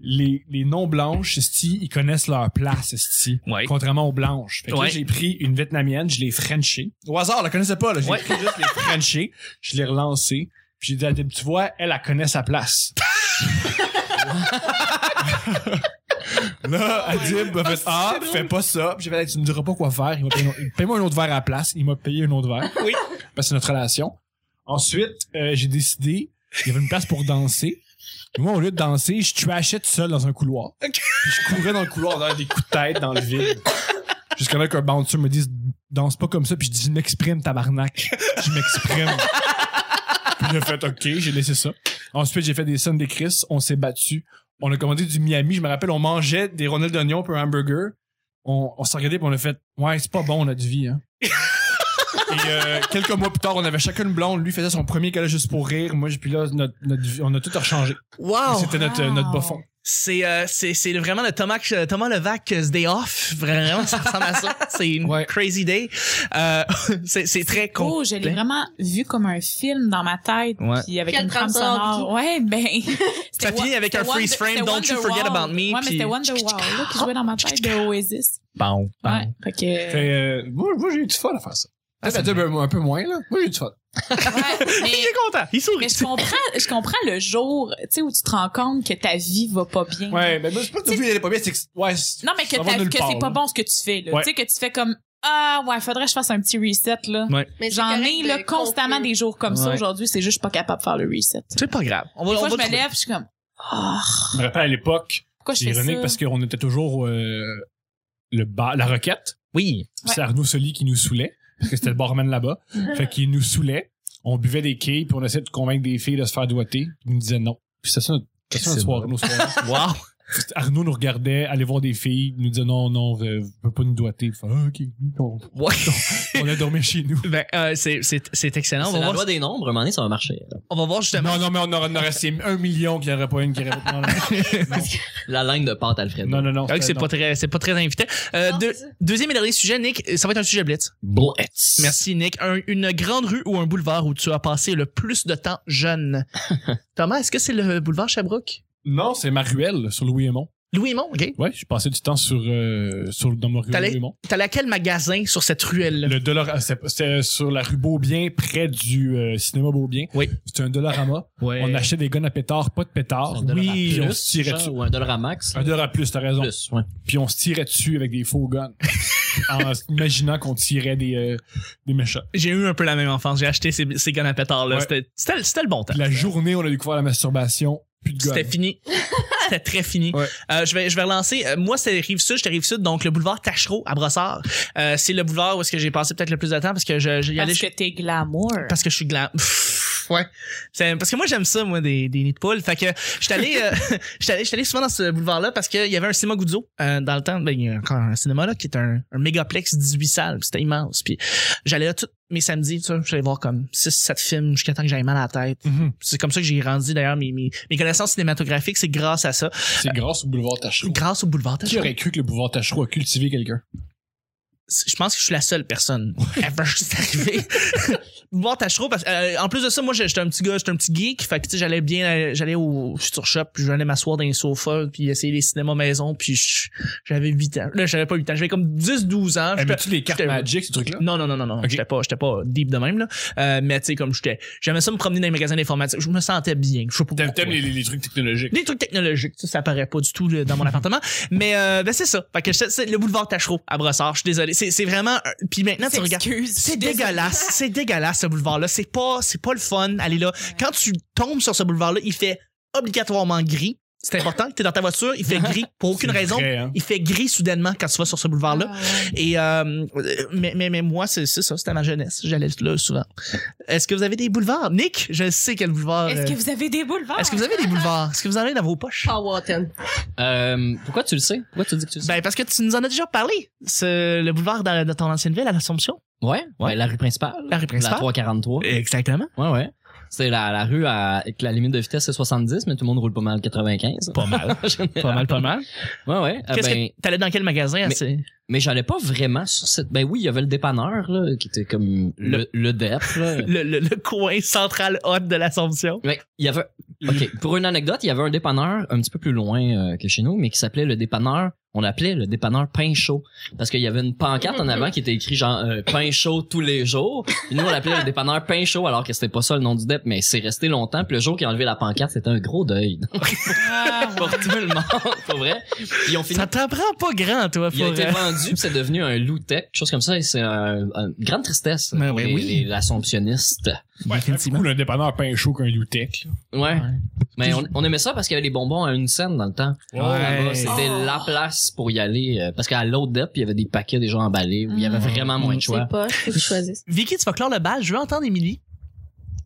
Speaker 4: les, les non-blanches, esti, ils connaissent leur place, esti.
Speaker 1: Ouais.
Speaker 4: Contrairement aux blanches. Fait que là,
Speaker 1: Ouais.
Speaker 4: j'ai pris une vietnamienne, je l'ai frenchée. Au hasard, elle la connaissait pas, là. J'ai
Speaker 1: Ouais.
Speaker 4: pris juste les frenchées, je l'ai relancée. Puis j'ai dit à Adib, tu vois, elle, elle connaît sa place. Là, Adib m'a fait Oh Ah, fais pas ça. Puis j'ai fait, Hey, tu me diras pas quoi faire. Il m'a payé un- paye-moi un autre verre à la place. Il m'a payé un autre verre. Oui. Parce que c'est notre relation. Ensuite, euh, j'ai décidé, il y avait une place pour danser. Et moi, au lieu de danser, je trashais tout seul dans un couloir. Puis je courais dans le couloir, dans des coups de tête, dans le vide. Jusqu'à là qu'un bouncer me dise danse pas comme ça, puis je dis je m'exprime, tabarnak. Je m'exprime. Puis j'ai fait OK, j'ai laissé ça. Ensuite, j'ai fait des sons des Chris, on s'est battu. On a commandé du Miami, je me rappelle, on mangeait des ronelles d'oignon pour un hamburger. On, on s'est regardé puis on a fait Ouais, c'est pas bon notre vie, hein. Et euh, quelques mois plus tard, on avait chacun une blonde. Lui faisait son premier collège juste pour rire. Moi, j'ai- puis là, notre, notre vie- on a tout rechangé.
Speaker 1: Wow!
Speaker 4: C'était notre, euh,
Speaker 2: wow.
Speaker 4: notre bas fond.
Speaker 1: C'est euh, c'est c'est vraiment le Thomas euh, Thomas Levac euh, Day Off vraiment ça ressemble à ça c'est une
Speaker 4: Ouais.
Speaker 1: crazy day euh, c'est c'est très con
Speaker 2: Oh, je l'ai vraiment vu comme un film dans ma tête,
Speaker 1: Ouais.
Speaker 2: puis avec
Speaker 5: Quelle
Speaker 2: une trame
Speaker 5: trame sonore,
Speaker 2: sonore. Ouais, ben. c'était
Speaker 1: Ça finit
Speaker 2: Wa-
Speaker 1: avec un
Speaker 2: c'était
Speaker 1: freeze
Speaker 2: Wonder-
Speaker 1: frame,
Speaker 2: c'était
Speaker 1: Don't You
Speaker 2: Wonderwall.
Speaker 1: Forget About Me,
Speaker 2: Ouais, mais
Speaker 1: puis-
Speaker 2: c'était Wonderwall là, qui jouait dans ma tête de Oasis.
Speaker 1: bon
Speaker 2: Ouais, fait que.
Speaker 4: Fait, euh, moi, moi, j'ai eu du fun à faire ça.
Speaker 1: Ah,
Speaker 4: Peut-être
Speaker 1: c'est
Speaker 4: un, peu- un peu moins, là. Moi, j'ai eu du fun.
Speaker 2: Ouais,
Speaker 1: il est
Speaker 2: mais,
Speaker 1: content il sourit
Speaker 2: mais je comprends, je comprends le jour, tu sais, où tu te rends compte que ta vie va pas bien.
Speaker 4: Ouais, mais moi, c'est pas que tu pas bien, c'est que. Ouais, c'est-
Speaker 2: Mhm. Non, mais que,
Speaker 4: Ça va
Speaker 2: t'as-
Speaker 4: nulle
Speaker 2: que
Speaker 4: part,
Speaker 2: c'est pas
Speaker 4: là.
Speaker 2: bon ce que tu fais, là.
Speaker 4: Ouais.
Speaker 2: Tu sais, que tu fais comme, ah, ouais, faudrait que je fasse un petit reset, là.
Speaker 5: Mais c'est
Speaker 2: J'en
Speaker 5: correct
Speaker 2: ai,
Speaker 5: de
Speaker 2: là, constamment
Speaker 5: conclure.
Speaker 2: des jours comme ça
Speaker 1: Ouais.
Speaker 2: aujourd'hui. C'est juste, je suis pas capable de faire le reset.
Speaker 1: c'est pas grave on va
Speaker 2: Des
Speaker 1: on
Speaker 2: fois,
Speaker 1: va
Speaker 2: je me
Speaker 1: trouver.
Speaker 2: lève, je suis comme, ah,
Speaker 4: Je me rappelle à l'époque,
Speaker 2: pourquoi je
Speaker 4: c'est
Speaker 2: fais ça?
Speaker 4: ironique parce qu'on était toujours euh, le bar, la roquette.
Speaker 1: oui
Speaker 2: Ouais.
Speaker 4: C'est Arnaud Soli qui nous saoulait, parce que c'était le barman là-bas. fait qu'il nous saoulait. On buvait des quilles, puis on essayait de convaincre des filles de se faire doigter. Ils nous disaient non. Puis c'était ça notre, c'était ça notre
Speaker 1: C'est
Speaker 4: soirée, nos soirées.
Speaker 1: wow
Speaker 4: C'était- Arnaud nous regardait, allait voir des filles, il nous disait non, non, vous ne pouvez pas nous doigter. Il fait, Ah, OK, on,
Speaker 1: Ouais.
Speaker 4: on a dormi chez nous.
Speaker 1: ben euh, c'est c'est c'est excellent on
Speaker 3: C'est
Speaker 1: va
Speaker 3: la
Speaker 1: voir
Speaker 3: loi des nombres, à un moment donné, ça va marcher.
Speaker 1: on va voir justement
Speaker 4: Non, non, mais on aurait, on aurait resté un million qu'il n'y aurait pas une qui aurait Non,
Speaker 3: La ligne de pâte, Alfred.
Speaker 4: non, non. non
Speaker 1: Ah oui, c'est pas très c'est pas très invité Euh,
Speaker 5: Non,
Speaker 1: deux-
Speaker 5: c'est ça.
Speaker 1: deuxième et dernier sujet Nick ça va être un sujet blitz
Speaker 3: Blitz.
Speaker 1: merci Nick Un- une grande rue ou un boulevard où tu as passé le plus de temps jeune Thomas est-ce que c'est le boulevard Sherbrooke
Speaker 4: Non, c'est ma ruelle sur Louis Hémont.
Speaker 1: Louis Mont ok
Speaker 4: Ouais, je passais du temps sur, euh, sur dans ma ruelle
Speaker 1: T'allais-
Speaker 4: Louis Hémont.
Speaker 1: T'allais à quel magasin sur cette ruelle
Speaker 4: Le Dollar, euh, c'est- c'est sur la rue Beaubien, près du euh, cinéma Beaubien.
Speaker 1: Oui.
Speaker 4: C'était un Dollarama.
Speaker 1: Ouais.
Speaker 4: On achetait des guns à pétard, pas de pétard.
Speaker 3: Ah, Un dollar à
Speaker 4: puis
Speaker 3: plus,
Speaker 4: on se tirait
Speaker 3: genre,
Speaker 4: dessus.
Speaker 3: Ou un dollar à max.
Speaker 4: Un dollar à plus, t'as raison.
Speaker 3: plus, ouais.
Speaker 4: Puis on se tirait dessus avec des faux guns. en imaginant qu'on tirait des, euh, des méchants.
Speaker 1: J'ai eu un peu la même enfance. J'ai acheté ces, ces guns à pétard là.
Speaker 4: Ouais.
Speaker 1: C'était, c'était, le- c'était le bon temps.
Speaker 4: Puis la journée, on a découvert la masturbation. Plus de guns.
Speaker 1: C'était fini. C'était très fini.
Speaker 4: Ouais.
Speaker 1: Euh, je vais je vais relancer. Euh, moi, c'est rive sud, j'étais rive sud, donc le boulevard Tachereau à Brossard. Euh, c'est le boulevard où est-ce que j'ai passé peut-être le plus de temps parce que je, je y allais
Speaker 2: Parce que t'es glamour.
Speaker 1: parce que je suis glam. ouais. C'est- Parce que moi, j'aime ça, moi, des, des nids de poules. Fait que j'étais allé, euh, j'étais allé, j'étais allé souvent dans ce boulevard-là parce qu'il y avait un cinéma Guzzo euh, dans le temps. Ben, il y a encore un cinéma là qui est un, un mégaplex 18 salles. puis C'était immense. Puis j'allais là tous mes samedis, tu sais, j'allais voir comme 6-7 films jusqu'à temps que j'avais mal à la tête.
Speaker 4: Mhm.
Speaker 1: C'est comme ça que j'ai rendu d'ailleurs mes, mes, mes connaissances cinématographiques, c'est grâce à ça.
Speaker 4: C'est grâce au boulevard Tachereau.
Speaker 1: Grâce au boulevard
Speaker 4: Qui aurait cru que le boulevard Tachereau a cultivé quelqu'un?
Speaker 1: je pense que je suis la seule personne ever c'est arrivé boire Tachereau parce euh, en plus de ça moi j'étais un petit gars j'étais un petit geek fait que tu sais j'allais bien euh, j'allais au Future Shop puis j'allais m'asseoir dans les sofas puis essayer les cinémas maison puis je- j'avais 8 ans là j'avais pas 8 ans j'avais comme 10 12 ans J'étais-
Speaker 4: Aimes-tu les cartes
Speaker 1: Ah, j'étais-
Speaker 4: Magic, ce truc-là?
Speaker 1: non, non, non, non, non. J'étais pas, j'étais pas deep de même, là. Euh, mais tu sais, comme j'étais, j'aimais ça me promener dans les magasins d'informatique. Je me sentais bien. Je sais pas
Speaker 4: T'aimes
Speaker 1: pourquoi.
Speaker 4: t'aimes les, les- les trucs technologiques.
Speaker 1: Des trucs technologiques, ça, ça apparaît pas du tout là, dans mon appartement. Mais euh, ben c'est ça. Fait que c'est- c'est le boulevard Tachereau à Brossard. Je suis désolé. C'est c'est vraiment. un- Puis maintenant tu regardes.
Speaker 2: S'excuse.
Speaker 1: C'est dégueulasse, c'est dégueulasse ce boulevard-là. C'est pas, c'est pas le fun. Allez là, quand tu tombes sur ce boulevard-là, il fait obligatoirement gris. C'est important. T'es dans ta voiture, il fait gris pour aucune
Speaker 4: C'est
Speaker 1: raison.
Speaker 4: vrai, hein?
Speaker 1: Il fait gris soudainement quand tu vas sur ce boulevard-là.
Speaker 2: Ah ouais.
Speaker 1: Et euh, mais, mais, mais moi, c'est c'est ça, c'était ma jeunesse. J'allais là souvent. Est-ce que vous avez des boulevards? Nick, je sais quel boulevard. euh,
Speaker 2: Est-ce que vous avez des boulevards?
Speaker 1: est-ce que vous avez des boulevards? Est-ce que vous en avez dans vos poches?
Speaker 5: Powhatan.
Speaker 3: Euh, pourquoi tu le sais? Pourquoi tu dis que tu le sais?
Speaker 1: Ben, parce que tu nous en as déjà parlé. Ce- le boulevard dans- de, ton ancienne ville à l'Assomption.
Speaker 3: ouais, ouais, la rue principale.
Speaker 1: La rue principale.
Speaker 3: La 343.
Speaker 1: Exactement.
Speaker 3: Ouais, ouais. C'est la, la rue à, avec la limite de vitesse, c'est 70, mais tout le monde roule pas mal 95.
Speaker 1: Pas mal. pas mal, pas mal.
Speaker 3: Ouais, ouais. Euh,
Speaker 1: Qu'est-ce
Speaker 3: ben,
Speaker 1: que t'allais dans quel magasin?
Speaker 3: Mais-
Speaker 1: c'est-
Speaker 3: Mais j'allais pas vraiment sur cette. Ben oui, il y avait le dépanneur, là, qui était comme le, le dep, là.
Speaker 1: Le, le- le coin central hot de l'Assomption.
Speaker 3: Ouais, il y avait. Ok, pour une anecdote, il y avait un dépanneur un petit peu plus loin euh, que chez nous, mais qui s'appelait le dépanneur. On l'appelait le dépanneur pain chaud parce qu'il y avait une pancarte en avant qui était écrit genre euh, pain chaud tous les jours. Puis nous on l'appelait le dépanneur pain chaud alors que c'était pas ça le nom du dep, mais c'est resté longtemps. Puis le jour qu'ils ont enlevé la pancarte, c'était un gros deuil
Speaker 2: Ah, ouais.
Speaker 3: pour tout le monde, pour vrai. Ils ont fini
Speaker 1: Ça t'en prend pas grand, toi,
Speaker 3: Il
Speaker 1: pour...
Speaker 3: a été
Speaker 1: euh,
Speaker 3: vendu, puis c'est devenu un loup tech, quelque chose comme ça, et c'est un- une grande tristesse
Speaker 1: Ben
Speaker 3: pour
Speaker 1: oui,
Speaker 3: les-
Speaker 1: oui.
Speaker 3: les- l'assomptionniste.
Speaker 4: Ouais,
Speaker 1: Effectivement.
Speaker 4: un dépanneur pain chaud qu'un Loutec.
Speaker 3: Ouais. Mais on, on aimait ça parce qu'il y avait des bonbons à une scène dans le temps.
Speaker 4: Ouais.
Speaker 3: Là-bas, C'était
Speaker 2: Oh.
Speaker 3: la place pour y aller, euh, parce qu'à l'autre dep, il y avait des paquets déjà emballés, où il y avait
Speaker 2: Mm.
Speaker 3: vraiment moins de choix.
Speaker 5: C'est pas, faut que je choisisse.
Speaker 1: Vicky, tu vas clore le bal. Je veux entendre Émilie.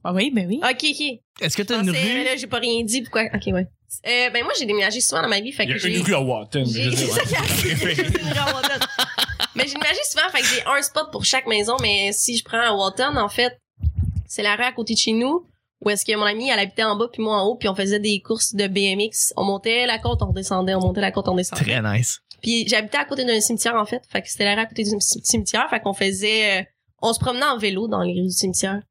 Speaker 2: Ah oui, ben oui.
Speaker 5: Ok, ok.
Speaker 1: Est-ce que t'as une
Speaker 5: Pensez,
Speaker 1: rue?
Speaker 5: Ah, là, j'ai pas rien dit, pourquoi? Ok, ouais. Euh, ben, moi, j'ai déménagé souvent dans ma vie, fait
Speaker 4: Il y
Speaker 5: que
Speaker 4: a
Speaker 5: j'ai.
Speaker 4: une rue à Watton.
Speaker 5: J'ai-
Speaker 4: je sais
Speaker 5: c'est
Speaker 4: pas.
Speaker 5: ça qui arrive, j'ai juste une rue à Walton. Mais j'imagine souvent, fait que j'ai un spot pour chaque maison, mais si je prends à Walton, en fait, c'est la rue à côté de chez nous, où est-ce que mon amie, elle habitait en bas, puis moi en haut, puis on faisait des courses de BMX. On montait la côte, on descendait, on montait la côte, on descendait.
Speaker 1: Très nice.
Speaker 5: Puis j'habitais à côté d'un cimetière, en fait, fait que c'était la rue à côté du cim- cimetière, fait qu'on faisait... euh, on se promenait en vélo dans les rues du cimetière.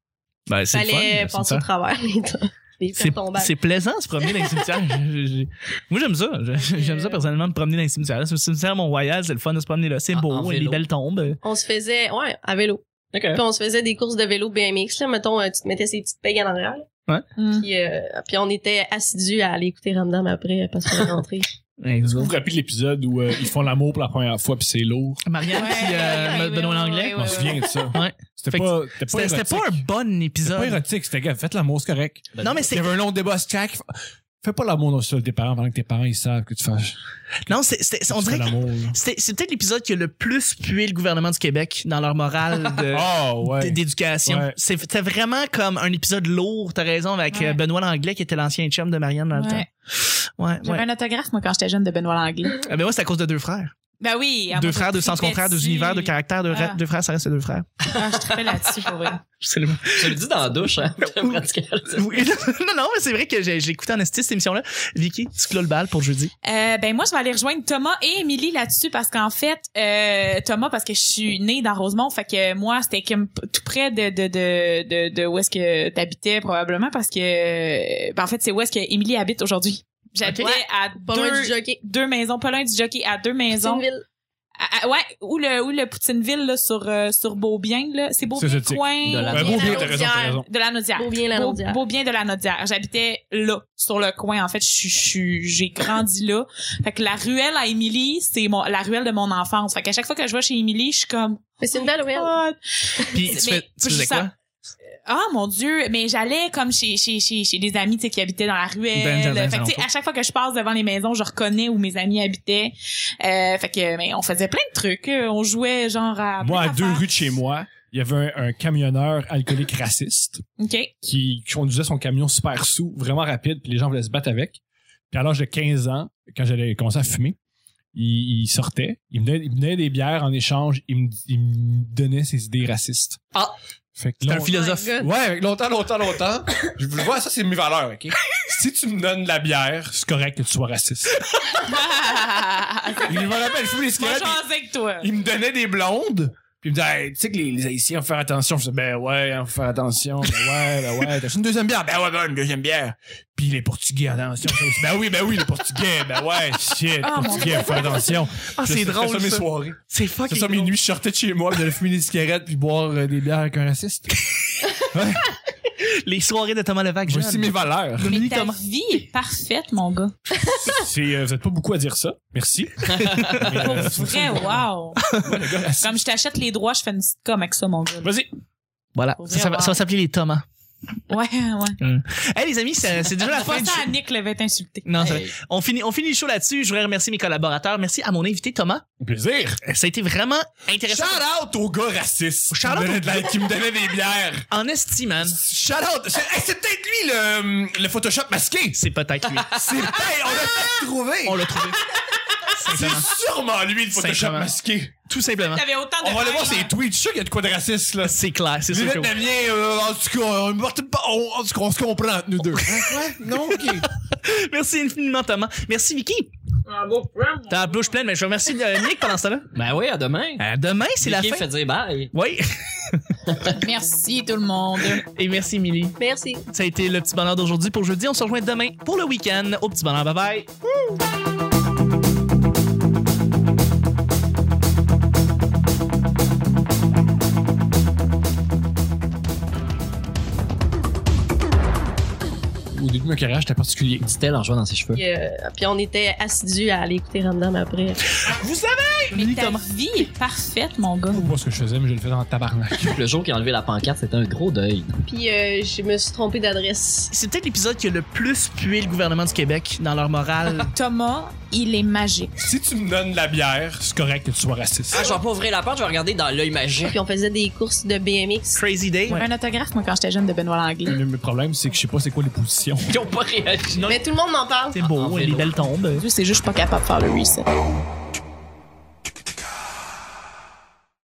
Speaker 1: Ben, c'est le
Speaker 5: Fallait
Speaker 1: fun,
Speaker 5: passer
Speaker 1: c'est
Speaker 5: au
Speaker 1: le fun.
Speaker 5: travers les temps. les
Speaker 1: C'est-
Speaker 5: pierres tombales.
Speaker 1: C'est plaisant se promener dans les cimetières. Je- je- je- Moi, j'aime ça. Je- J'aime
Speaker 5: Euh.
Speaker 1: ça personnellement me promener dans les cimetières. C'est le cimetière Mont-Royal, c'est le fun de se promener là.
Speaker 5: Ah,
Speaker 1: C'est
Speaker 3: En-
Speaker 1: beau, hein,
Speaker 3: en
Speaker 1: les
Speaker 3: vélo.
Speaker 1: belles tombes.
Speaker 5: On se faisait, ouais, à vélo. Puis on se faisait des courses de vélo BMX, là. Mettons, euh, tu te mettais ces petites pegs en arrière, là.
Speaker 2: Mm.
Speaker 5: Puis, euh, puis on était assidus à aller écouter Ramdam après euh, parce qu'on est rentré.
Speaker 1: Ouais, c'est
Speaker 4: Je
Speaker 1: beau.
Speaker 4: vous rappelle l'épisode où euh, ils font l'amour pour la première fois puis c'est lourd.
Speaker 1: Marianne
Speaker 2: Ouais,
Speaker 1: puis euh,
Speaker 2: ouais,
Speaker 1: Benoît
Speaker 2: ouais,
Speaker 1: Langlais.
Speaker 2: ouais,
Speaker 4: Je m'en
Speaker 2: ouais.
Speaker 4: souviens de ça.
Speaker 1: Ouais. Fait
Speaker 4: C'était
Speaker 1: que
Speaker 4: pas, c'était pas
Speaker 1: C'était c'était pas
Speaker 4: érotique.
Speaker 1: un bon
Speaker 4: C'était pas
Speaker 1: épisode.
Speaker 4: érotique, c'était gars, faites l'amour, c'est correct.
Speaker 1: Non, mais c'est
Speaker 4: Il y avait un long débat, c'est correct. Fais pas l'amour dans le sol des parents pendant que tes parents ils savent que tu fasses.
Speaker 1: non, c'est- c'est- on
Speaker 4: tu fais
Speaker 1: dirait que
Speaker 4: l'amour. là.
Speaker 1: c'était- c'est peut-être l'épisode qui a le plus pué le gouvernement du Québec dans leur morale de-
Speaker 4: Ah ouais.
Speaker 1: d- d'éducation.
Speaker 4: Ouais.
Speaker 1: C'est- C'était vraiment comme un épisode lourd, t'as raison, avec
Speaker 2: Ouais.
Speaker 1: euh, Benoît Langlais qui était l'ancien chum de Marianne dans le
Speaker 2: Ouais.
Speaker 1: temps. Ouais,
Speaker 2: J'avais
Speaker 1: ouais.
Speaker 2: un autographe, moi, quand j'étais jeune, de Benoît Langlais.
Speaker 1: Ah, ben ouais, c'est à cause de deux frères.
Speaker 2: Ben oui. à
Speaker 1: Deux
Speaker 2: moi,
Speaker 1: frères,
Speaker 2: je
Speaker 1: deux sens
Speaker 2: tripais
Speaker 1: contraires, deux
Speaker 2: dessus.
Speaker 1: univers, deux caractères, deux, ra-
Speaker 2: Ah.
Speaker 1: deux frères, ça reste deux frères.
Speaker 2: Ah, je trippais là-dessus, pour vrai.
Speaker 1: Absolument.
Speaker 3: Tu le dis dans la douche, hein. pratiquement.
Speaker 1: Oui, non, non, mais c'est vrai que j'ai j'ai écouté en esti cette émission-là. Vicky, tu clôt le bal pour jeudi.
Speaker 2: Euh, ben moi, je vais aller rejoindre Thomas et Émilie là-dessus parce qu'en fait, euh, Thomas, parce que je suis née dans Rosemont, fait que moi, c'était comme p- tout près de de de de, de où est-ce que t'habitais probablement parce que euh, ben, en fait, c'est où est-ce que Émilie habite aujourd'hui. J'habitais
Speaker 5: Ok.
Speaker 2: à
Speaker 5: Pas
Speaker 2: deux,
Speaker 5: loin du jockey.
Speaker 2: deux maisons, pas loin du jockey, à deux
Speaker 5: C'est une
Speaker 2: maisons.
Speaker 5: ville.
Speaker 2: À- à- ouais, où le où le Poutineville là sur euh, sur Beaubien là, c'est Beaubien
Speaker 4: Ça, je sais.
Speaker 2: coin
Speaker 3: De la-
Speaker 4: Ouais,
Speaker 5: Bien
Speaker 4: beau bien,
Speaker 5: la
Speaker 4: Ben, t'as raison,
Speaker 5: Naudière.
Speaker 4: t'as raison.
Speaker 2: de la Naudière.
Speaker 5: Beau bien la
Speaker 2: Beau,
Speaker 5: Naudière.
Speaker 2: beau bien de la Naudière. J'habitais là, sur le coin. En fait, je suis- je suis, j'ai grandi là. Fait que la ruelle à Émilie, c'est mon, la ruelle de mon enfance. Fait qu'à chaque fois que je vais chez Émilie, je suis comme,
Speaker 5: Mais c'est une belle ruelle.
Speaker 2: Ah,
Speaker 1: Puis tu,
Speaker 2: Mais
Speaker 1: fais- tu faisais
Speaker 2: ça-
Speaker 1: quoi?
Speaker 2: ah, mon dieu, mais j'allais comme chez chez chez chez des amis tu sais qui habitaient dans la
Speaker 1: Ben,
Speaker 2: ruelle.
Speaker 1: ben, ben,
Speaker 2: fait que, tu sais,
Speaker 1: ben,
Speaker 2: à chaque fois que je passe devant les maisons, je reconnais où mes amis habitaient. Euh, fait que mais on faisait plein de trucs, Euh, on jouait genre à plein
Speaker 4: Moi, à
Speaker 2: d'affaires.
Speaker 4: deux rues de chez moi, il y avait un, un camionneur alcoolique raciste
Speaker 2: OK.
Speaker 4: qui conduisait son camion super sous, vraiment rapide, puis les gens voulaient se battre avec. Puis à l'âge de 15 ans, quand j'allais commencer à fumer, il, il sortait, il me, donnait, il me donnait des bières en échange, il me, il me donnait ses idées racistes.
Speaker 1: Ah!
Speaker 4: Fait que
Speaker 1: C'est un
Speaker 4: long-
Speaker 1: philosophe.
Speaker 5: My God.
Speaker 4: Ouais, avec longtemps, longtemps, longtemps. Je vous le vois, ça, c'est mes valeurs, OK? Si tu me donnes de la bière, c'est correct que tu sois raciste. Il me rappelle, je fume les
Speaker 2: Moi,
Speaker 4: cigarettes.
Speaker 2: jaser avec toi.
Speaker 4: Il me donnait des blondes. Puis il me disait, Hey, tu sais que les, les Haïtiens, faut faire attention. Je disais, ben ouais, hein, faut faire attention. Ben ouais, ben ouais. T'as une deuxième bière? Ben ouais, ben une deuxième bière. Puis les Portugais, attention. ça aussi. Ben oui, ben oui, les Portugais. Ben ouais, shit, les
Speaker 2: Ah, mon
Speaker 4: Portugais, faut faire attention.
Speaker 1: Ah,
Speaker 4: Je-
Speaker 1: c'est
Speaker 4: c'était
Speaker 1: drôle,
Speaker 4: ça. mes
Speaker 1: ça.
Speaker 4: soirées.
Speaker 1: C'est
Speaker 4: C'est
Speaker 1: fucking.
Speaker 4: ça mes
Speaker 1: drôle.
Speaker 4: nuits, je sortais de chez moi, puis j'allais fumer des cigarettes, puis boire euh, des bières avec un raciste.
Speaker 1: Les soirées de Thomas Levac, j'aime.
Speaker 4: Voici mes valeurs.
Speaker 2: Mais
Speaker 1: Dominique
Speaker 2: ta
Speaker 1: Thomas.
Speaker 2: vie est parfaite, mon gars.
Speaker 4: C'est, euh, vous êtes pas beaucoup à dire ça. Merci. Mais,
Speaker 2: Pour
Speaker 4: euh,
Speaker 2: vrai, wow.
Speaker 4: le gars, raciste.
Speaker 2: Comme je t'achète les droits, je fais une sitcom avec ça, mon gars.
Speaker 4: Vas-y.
Speaker 1: Voilà.
Speaker 2: Pour
Speaker 1: Ça, ça va
Speaker 2: vrai,
Speaker 1: ça va s'appeler les Thomas.
Speaker 2: Ouais, ouais.
Speaker 1: Hey, les amis, c'est c'est déjà la fin
Speaker 2: Pas
Speaker 1: du
Speaker 2: ça
Speaker 1: show.
Speaker 2: à Nick le va être insulté.
Speaker 1: Non, ça va- on finit, on finit le show là-dessus. Je voudrais remercier mes collaborateurs. Merci à mon invité Thomas. Euh,
Speaker 4: Plaisir.
Speaker 1: Ça a été vraiment intéressant.
Speaker 4: Shout out aux gars racistes.
Speaker 1: Shout out
Speaker 4: Qui me donnaient de la- qui me donnait des bières.
Speaker 1: En estime, man.
Speaker 4: Shout out! C'est hey, c'est peut-être lui le, le Photoshop masqué!
Speaker 1: C'est peut-être lui.
Speaker 4: C'est hey, Ah! on l'a peut-être trouvé!
Speaker 1: On l'a trouvé. Simplement.
Speaker 4: C'est sûrement lui le Photoshop
Speaker 1: Simplement.
Speaker 4: masqué!
Speaker 1: Tout simplement.
Speaker 2: T'avais autant de.
Speaker 4: On va aller voir
Speaker 2: haine,
Speaker 4: ses tweets, je suis sûr qu'il y a de quoi de raciste là!
Speaker 1: C'est clair, c'est
Speaker 4: Les
Speaker 1: sûr que oui.
Speaker 4: Vietnamiens, euh, en tout cas, on, on, en tout cas, on se comprend entre nous deux. ouais? Non? Ok.
Speaker 1: Merci infiniment, Thomas. Merci, Vicky. T'as la bouche pleine, mais je veux remercier euh, Nick pendant ce temps-là.
Speaker 3: Ben oui, à demain.
Speaker 1: Euh, demain, c'est la
Speaker 3: Mickey
Speaker 1: fin.
Speaker 3: fait dire bye.
Speaker 1: Oui.
Speaker 2: hein. Merci tout le monde.
Speaker 1: Et merci, Émilie.
Speaker 5: Merci.
Speaker 1: Ça a été le petit bonheur d'aujourd'hui pour jeudi. On se rejoint demain pour le week-end. Au petit bonheur. Bye bye.
Speaker 4: Au début, mon carrière, j'étais particulier.
Speaker 3: Dit-elle en jouant dans ses cheveux.
Speaker 5: Puis, euh, puis on était assidus à aller écouter Ramdam après.
Speaker 1: Vous savez!
Speaker 2: Mais
Speaker 1: Émilie
Speaker 2: ta
Speaker 1: Thomas.
Speaker 2: vie est parfaite, mon gars.
Speaker 4: Je sais pas ce que je faisais, mais je le faisais en tabarnak.
Speaker 3: Le jour qu'il a enlevé la pancarte, c'était un gros deuil.
Speaker 5: Puis euh, je me suis trompée d'adresse.
Speaker 1: C'est peut-être l'épisode qui a le plus pué le gouvernement du Québec dans leur morale.
Speaker 2: Thomas, il est magique.
Speaker 4: Si tu me donnes de la bière, c'est correct que tu sois raciste.
Speaker 3: Ah, je vais pas ouvrir la porte, je vais regarder dans l'œil magique.
Speaker 5: Puis on faisait des courses de BMX.
Speaker 1: Crazy Day.
Speaker 2: J'ai un autographe, moi, quand j'étais jeune, de Benoît Langlais.
Speaker 4: Le le problème, c'est que je sais pas c'est quoi les positions.
Speaker 3: Ils ont pas réagi.
Speaker 5: Mais tout le monde m'en parle.
Speaker 1: C'est
Speaker 3: En
Speaker 1: beau, hein, les
Speaker 3: vélo.
Speaker 1: belles tombes.
Speaker 2: C'est juste, je suis pas capable de faire le reset.